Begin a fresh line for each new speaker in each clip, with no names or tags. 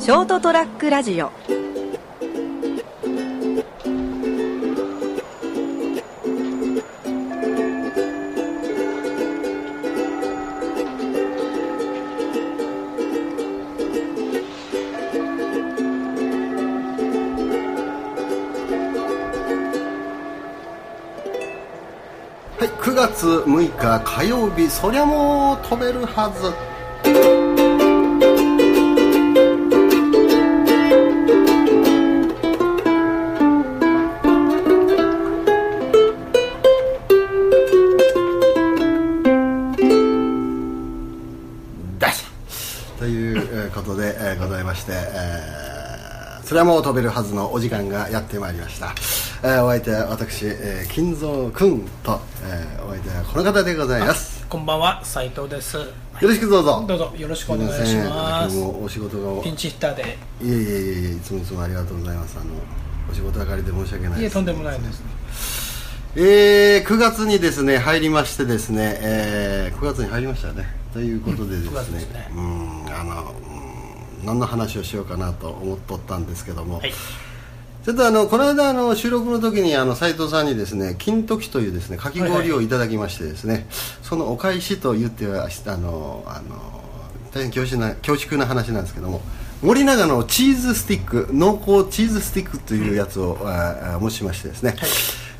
ショートトラックラジオ
はい、9月6日火曜日、そりゃもう飛べるはず。出したというえーことで、えーございまして、えーそれはもう飛べるはずのお時間がやってまいりました、えーお相手は私、えー金蔵君と、えーお相手はこの方でございます
こんばんは、斉藤です。
よろしくどうぞ
どうぞよろしくお願いします
いせん私もお仕事が
ピンチヒッターで、
いえいえいえいえいつもいつもありがとうございますあのお仕事上がりで申し訳ない
いえ、とんでもないです。
えー、9月にですね入りましてですね、えー、9月に入りましたねということでで
9
す
月で
ね
すね
うんあのうん何の話をしようかなと思っとったんですけども、
はい。
ちょっとあのこの間あの収録の時にあの斉藤さんにですね金時というですねかき氷をいただきましてですね、そのお返しと言ってはあのあの大変恐縮な恐縮な話なんですけども森永のチーズスティック濃厚チーズスティックというやつを、ああ持ちましてですね、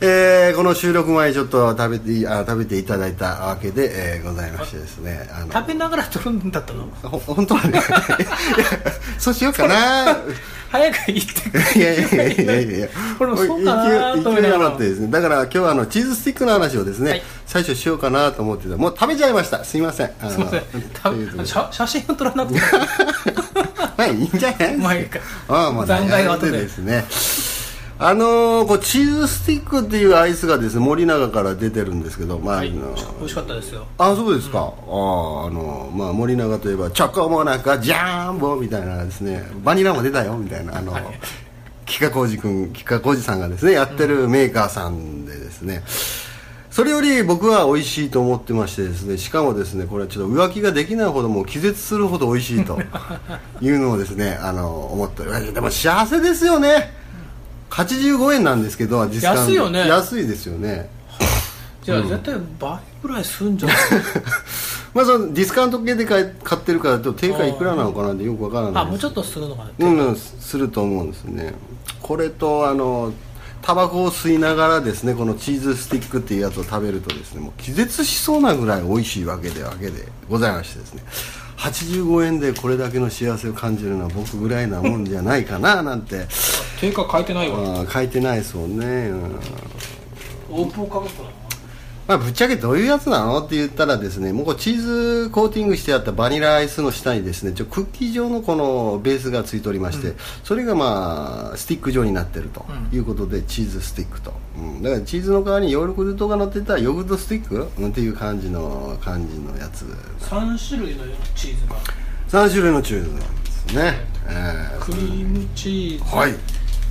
えーこの収録前にちょっと食べてあ食べていただいたわけで、えーございましてですねあの
食べながら撮るんだったの
ほ本当はねいやそうしようかな
早く行ってく
いやいやいやいやい や
俺もそうかなーと思いながら
ってですねだから今日はあのチーズスティックの話をですね、
はい
最初しようかなと思ってたもう食べちゃいましたすいませんあの
すいません
ということ
食べ
で
写写真を撮らなくても
まあいいんじゃない
まあいいか
ああまあ
残骸
悩
は
ん
後で
でですねあのーこうチーズスティックっていうアイスがですね森永から出てるんですけどまあ、
はい
あの
美味しかったですよ
あそうですか、あああのまあ森永といえばチョコモナカジャーンボみたいなですねバニラも出たよみたいなあの、
はい
吉川浩司君吉川浩司さんがですねやってるメーカーさんでですね、それより僕は美味しいと思ってましてですねしかもですねこれはちょっと浮気ができないほどもう気絶するほど美味しい というのをですねあの思っておりますでも幸せですよね85円なんですけど実感
安いよね
安いですよね
じゃあ絶対倍ぐらいすんじゃない
まあそのディスカウント系で買い買ってるからと定価いくらなのかなってよくわからない
あ、もうちょっとするのかな
うんうんすすると思うんですねこれとあのタバコを吸いながらですねこのチーズスティックっていうやつを食べるとですねもう気絶しそうなぐらい美味しいわけでわけでございましてですね85円でこれだけの幸せを感じるのは僕ぐらいなもんじゃないかななんて
定価変えてないわ
あー書いてないですもんね、うん
オープン価格なの
まあ、ぶっちゃけどういうやつなのって言ったらですねもうこうチーズコーティングしてあったバニラアイスの下にですねちょクッキー状のこのベースがついておりまして、それがまあスティック状になってるということで、チーズスティックと、うん、だからチーズの代わりにヨーグルトが乗ってたヨーグルトスティック、うん、っていう感じの感じのやつ
3種類のチーズが
3種類のチーズなんですね、え
クリームチー
ー
ズ、
はい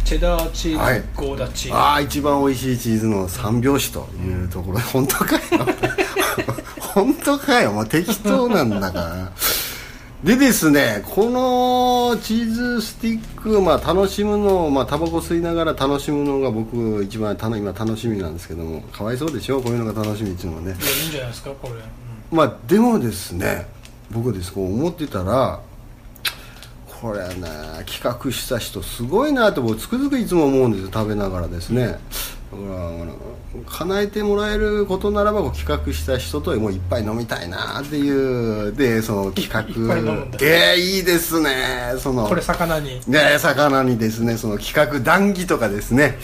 チェダーチーズ、
はい
ゴーダチーズ
ああ一番美味しいチーズの三拍子というところ、本当かよ 本当かよもう適当なんだからでですねこのチーズスティック、まあ、楽しむのをまあタバコ吸いながら楽しむのが僕一番たの今楽しみなんですけどもかわいそうでしょこういうのが楽しみっていうのはね
いやいいんじゃないですかこれ、うん
まあでもですね僕ですこう思ってたらこれはね企画した人すごいなと僕つくづくいつも思うんですよ食べながらですねだからあの叶えてもらえることならばこう企画した人ともういっぱい飲みたいなっていうでその企画
いっぱい飲むんだ
えーいいですねその
これ魚に
ね、魚にですねその企画談義とかですね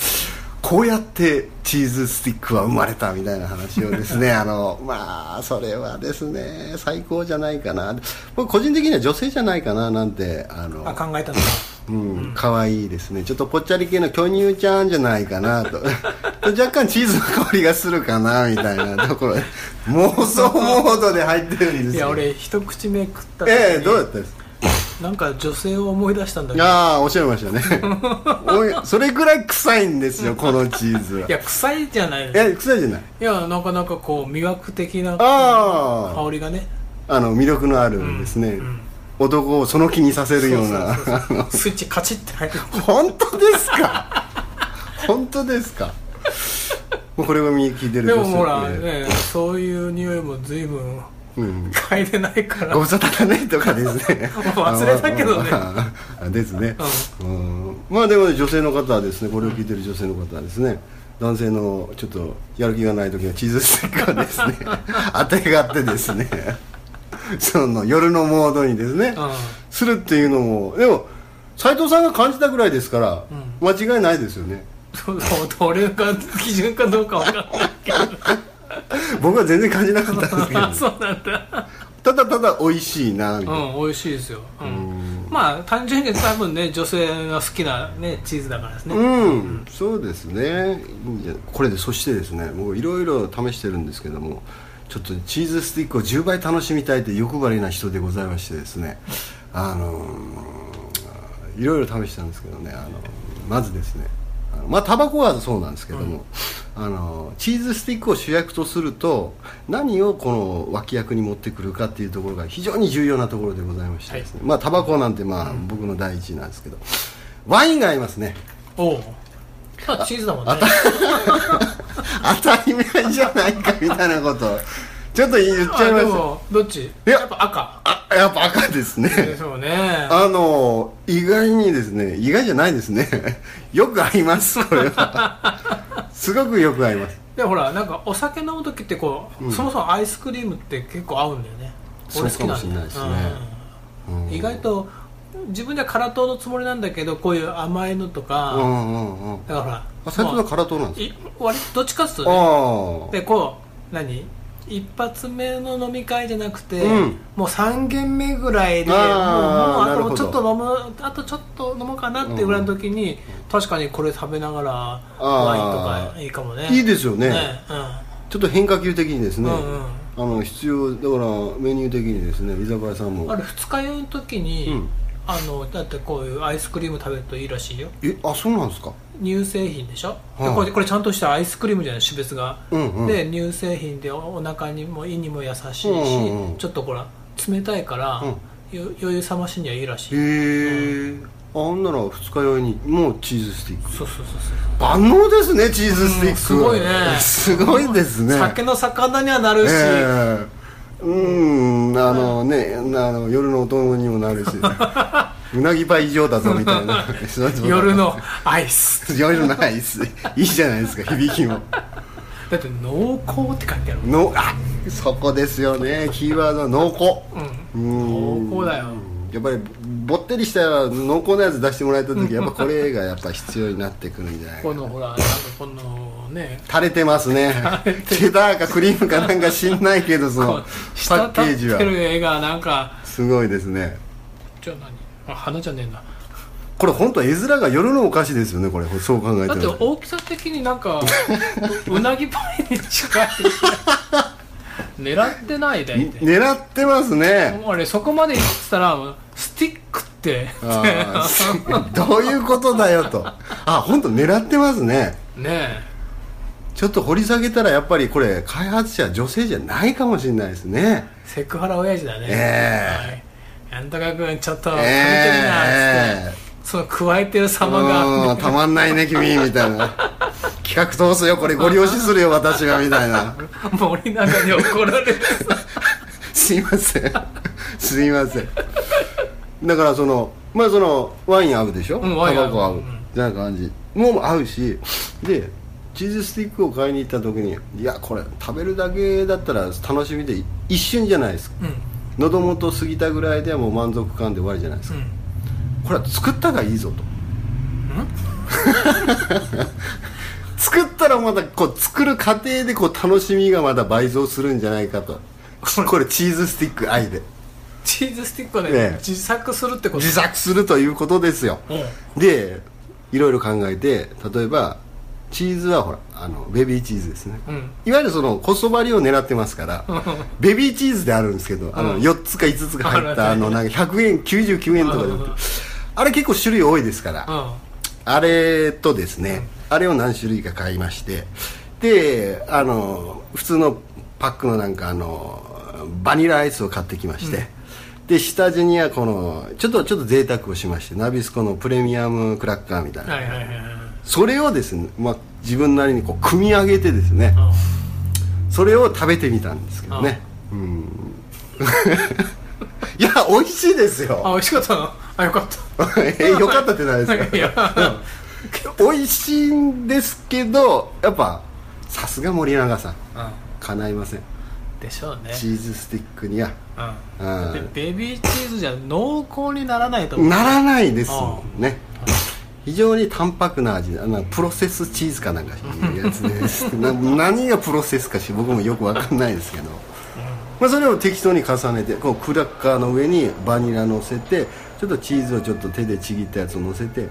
こうやってチーズスティックは生まれたみたいな話をですねあのまあそれはですね最高じゃないかな僕個人的には女性じゃないかななんてあの
あ考えたのか
うん、可愛いですねちょっとぽっちゃり系の巨乳ちゃんじゃないかなと若干チーズの香りがするかなみたいなところで妄想モードで入ってるんですよ
いや俺一口目食った時に
ええどうだったですか
なんか女性を思い出したんだけど
ああおっしゃいましたね おいそれぐらい臭いんですよこのチーズはい
や臭いじゃないの
いや臭いじゃない
いやなかなかこう魅惑的な香
あ
りがね
ああの魅力のあるですね、男をその気にさせるような
そうそうそうそうスイッチカチッて入る
本当ですか本当ですかもうこれが右聞いてる
でも
女性
ほら
え
ねそういう匂いも随分
えうん
嗅いでないから
ご無沙汰だねとかですね
忘れたけどね
ああですね、うんまあでもね女性の方はですねこれを聞いてる女性の方はですね男性のちょっとやる気がない時はチーズステッカーです ね当てがってですねその夜のモードにですね、
うん
するっていうのもでも斎藤さんが感じたぐらいですから、間違いないですよね
そうそうどれが基準かどうか分かんないけ
僕は全然感じなかったんですけど
ど そうなんだ
ただただ美味しいなみたいな、
うん美味しいですよ、うん、まあ単純に多分ね女性が好きな、ね、チーズだからですね、
うん、そうですねいいんじゃこれでそしてですねもういろいろ試してるんですけどもちょっとチーズスティックを10倍楽しみたいという欲張りな人でございましてですねあのーいろいろ試したんですけどね、あのまずですねあのまあタバコはそうなんですけども、あのチーズスティックを主役とすると何をこの脇役に持ってくるかっていうところが非常に重要なところでございましてですね、まあタバコなんてまあ僕の第一なんですけど、ワインが合いますね
おうまあチーズだもんね
当たり前じゃないかみたいなことちょっと言っちゃいま
あ
し
でもどっち
や
やっぱ赤
たあやっぱ赤です ね
そうね
あの意外にですね意外じゃないですね よく合いますこれは すごくよく合います
でほらなんかお酒飲む時ってこう、そもそもアイスクリームって結構合うんだよね
そうかもしれないですね
うん意外と自分では辛党のつもりなんだけどこういう甘いのとか、
うんうんうん
だからほら
あ最初の
ま
辛党なん
あ
です
い割とどっちかって
か
いうとね
ああ
でこう何一発目の飲み会じゃなくて、
うん
もう3軒目ぐらいでもうもう
あーなる
あともうちょ
ほ
っ
ど
と飲むあとちょっと飲もうかなっていうぐらいの時に、確かにこれ食べながらワインとかいいかもね
いいですよね
うん
ちょっと変化球的にですね、
うんうん
あの必要だからメニュー的にですね居酒屋さんも
あれ二日酔いの時に、
うん
あのだってこういうアイスクリーム食べるといいらしいよ
えあそうなんですか
乳製品でしょ、で
はい
これこれちゃんとしたアイスクリームじゃない種別が、
うんうん
で乳製品でおお腹にも胃にも優しいし、
うんうんうん
ちょっとほら冷たいから、よ余裕さましにはいいらしい、
へえあほんなら二日酔いにもうチーズスティック
そうそうそう
万能ですねチーズスティック、
うんすごいね
すごいです
そう、
ね
酒の魚にはなるし、
ええうんあのねあの夜のお供にもな るしうなぎパイ以上だぞみたいなそうそう
夜のアイス
夜のアイスいいじゃないですか響きも
だって濃厚って書いてある
のあそこですよねキーワードは濃厚うん
濃厚だよ
やっぱりぼってりした濃厚なやつ出してもらえた時やっぱこれがやっぱ必要になってくるんじゃないか
こ
な
のほらなんかこのね
垂れてますねチェダーかクリームかなんか知んないけどそ
こ
のパ
う滴
ッケージ
っ
は
てる絵がなんか
すごいですね
じゃあ何あ花じゃねえな
これ本当は絵面が夜のお菓子ですよねこれそう考え
だ
て
っ
ると
て大きさ的になんかうなぎパイに近い狙ってないだいたい
狙ってますね
あれそこまで言ってたらスティックって
あ ーどういうことだよとあ本当狙ってますね
ね
ちょっと掘り下げたらやっぱりこれ開発者女性じゃないかもしれないですね
えセクハラ親父だね
え
はいなんとか君ちょっと食べてるなっつって、
ええ
その加えてる様
う
が
んたまんないね君みたいな企画通すよこれご利用しするよ私はみたいな
森永に怒られる
すいませんすいませんだからそのまあそのワイン合うでしょ、
うんワイン合う
タバコ合う
うん
みたいな感じもう合うしでチーズスティックを買いに行った時にいやこれ食べるだけだったら楽しみで一瞬じゃないですか
うん
喉元過ぎたぐらいではもう満足感で終わりじゃないです
う
か、
ん
これは作ったがいいぞと 作ったらまたこう作る過程でこう楽しみがまた倍増するんじゃないかとこれチーズスティック愛で
チーズスティックはね
ええ
自作するってこと
自作するということですよ
うん
でいろいろ考えて例えばチーズはほらあのベビーチーズですね、
うん
いわゆるそのコストバリューを狙ってますからベビーチーズであるんですけどあの
うん
4つか5つか入っ
あ
た
る
あのなんか100円99円とかで売って
うん
るあれ結構種類多いですから、
うん
あれとですね、あれを何種類か買いましてであの普通のパックのなんかあのバニラアイスを買ってきまして、で下地にはこのちょっとちょっと贅沢をしましてナビスコのプレミアムクラッカーみたいな、
はいはいはいはい
それをですね、まあ、自分なりにこう組み上げてですね
あ
それを食べてみたんですけどねうん いや美味しいです
あ
よ
美味しかったのあよかっ
えよかったってないです
た い
か
や
美味しいんですけどやっぱさすが森永さん
う
かないません
んでしょうね
チーズスティックには
うん
うん
だってベビーチーズじゃ濃厚にならないと思う
ならないですもんね非常に淡白な味あのプロセスチーズかなんかいうやつですな何がプロセスかし僕もよくわかんないですけど、まあ、それを適当に重ねてこのクラッカーの上にバニラ乗せてちょっとチーズをちょっと手でちぎったやつを乗せてい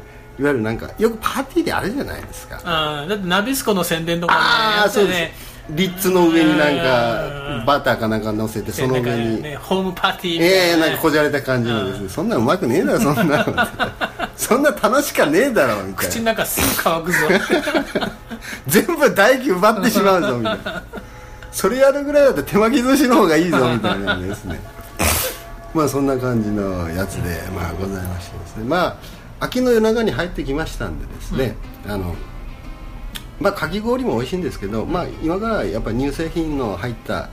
わゆるなんかよくパーティーであるじゃないですか
うんだってナビスコの宣伝とかね
あ
や
あ
って
そうで
ね
すリッツの上になん
う
か
ん
バターかなんか乗せてその上
なんか
に
ねホームパーティーみたい
ええ
なね
なんかこじゃれた感じのですね、そんなうまくねえだろそんなのそんな楽しかねえだろみた
口
い
の
な
中すぐ乾くぞ
全部唾液奪ってしまうぞみたいなそれやるぐらいだったら手巻き寿司の方がいいぞみたいなですね まあそんな感じのやつで、まあ、ございましてですねまあ秋の夜中に入ってきましたんでですね、あのまあかき氷も美味しいんですけど、まあ、今からやっぱり乳製品の入った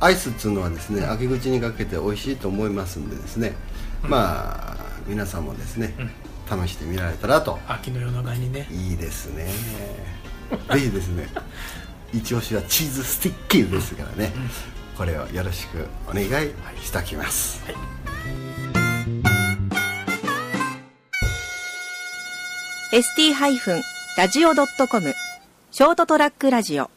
アイスっていうのはですね秋口にかけて美味しいと思いますんでですね、まあ皆さんもですね、試してみられたらと
秋の夜中にね
いいですねぜひですね一押しはチーズスティッキーですからねこれをよろしくお願いしたきます、
ST-radio.com ショートトラックラジオ